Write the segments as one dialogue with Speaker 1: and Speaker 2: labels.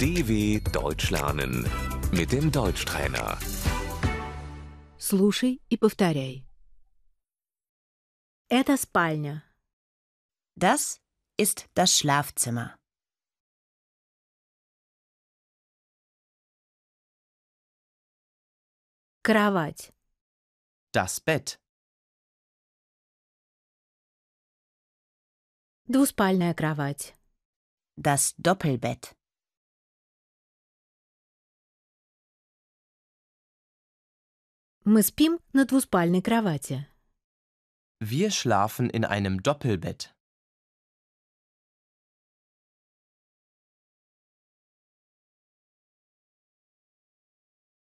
Speaker 1: DW Deutsch lernen mit dem Deutschtrainer.
Speaker 2: Слушай и повторяй. Это спальня.
Speaker 3: Das ist das Schlafzimmer.
Speaker 2: Кровать.
Speaker 4: Das Bett.
Speaker 2: Двуспальная кровать.
Speaker 3: Das Doppelbett.
Speaker 2: Мы спим на двуспальной кровати.
Speaker 4: Wir schlafen in einem Doppelbett.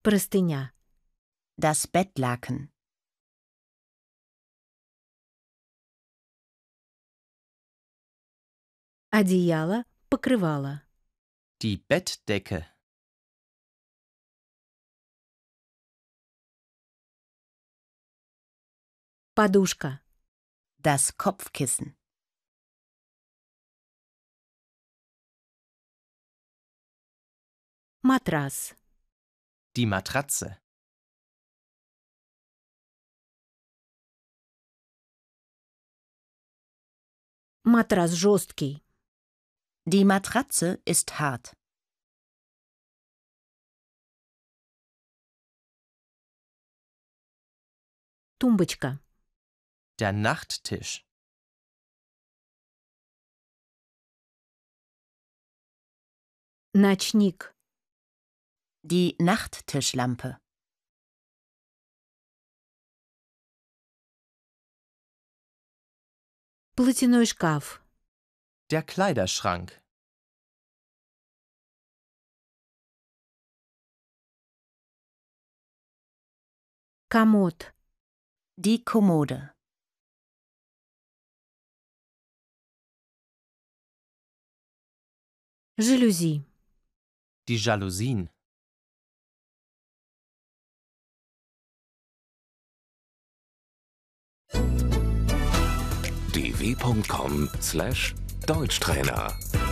Speaker 2: Простыня.
Speaker 3: Das Bettlaken.
Speaker 2: Одеяло, покрывало.
Speaker 4: Die Bettdecke.
Speaker 2: Подушка.
Speaker 3: Das Kopfkissen.
Speaker 2: Матрас.
Speaker 4: Die Matratze.
Speaker 2: Матрас жесткий.
Speaker 3: Die Matratze ist hart.
Speaker 2: Тумбочка.
Speaker 4: Der Nachttisch.
Speaker 2: Ночник.
Speaker 3: Die Nachttischlampe.
Speaker 2: Платяной шкаф.
Speaker 4: Der Kleiderschrank.
Speaker 2: Комод.
Speaker 3: Die Kommode.
Speaker 2: Жалюзи.
Speaker 4: Die Jalousien.
Speaker 1: dw.com/deutschtrainer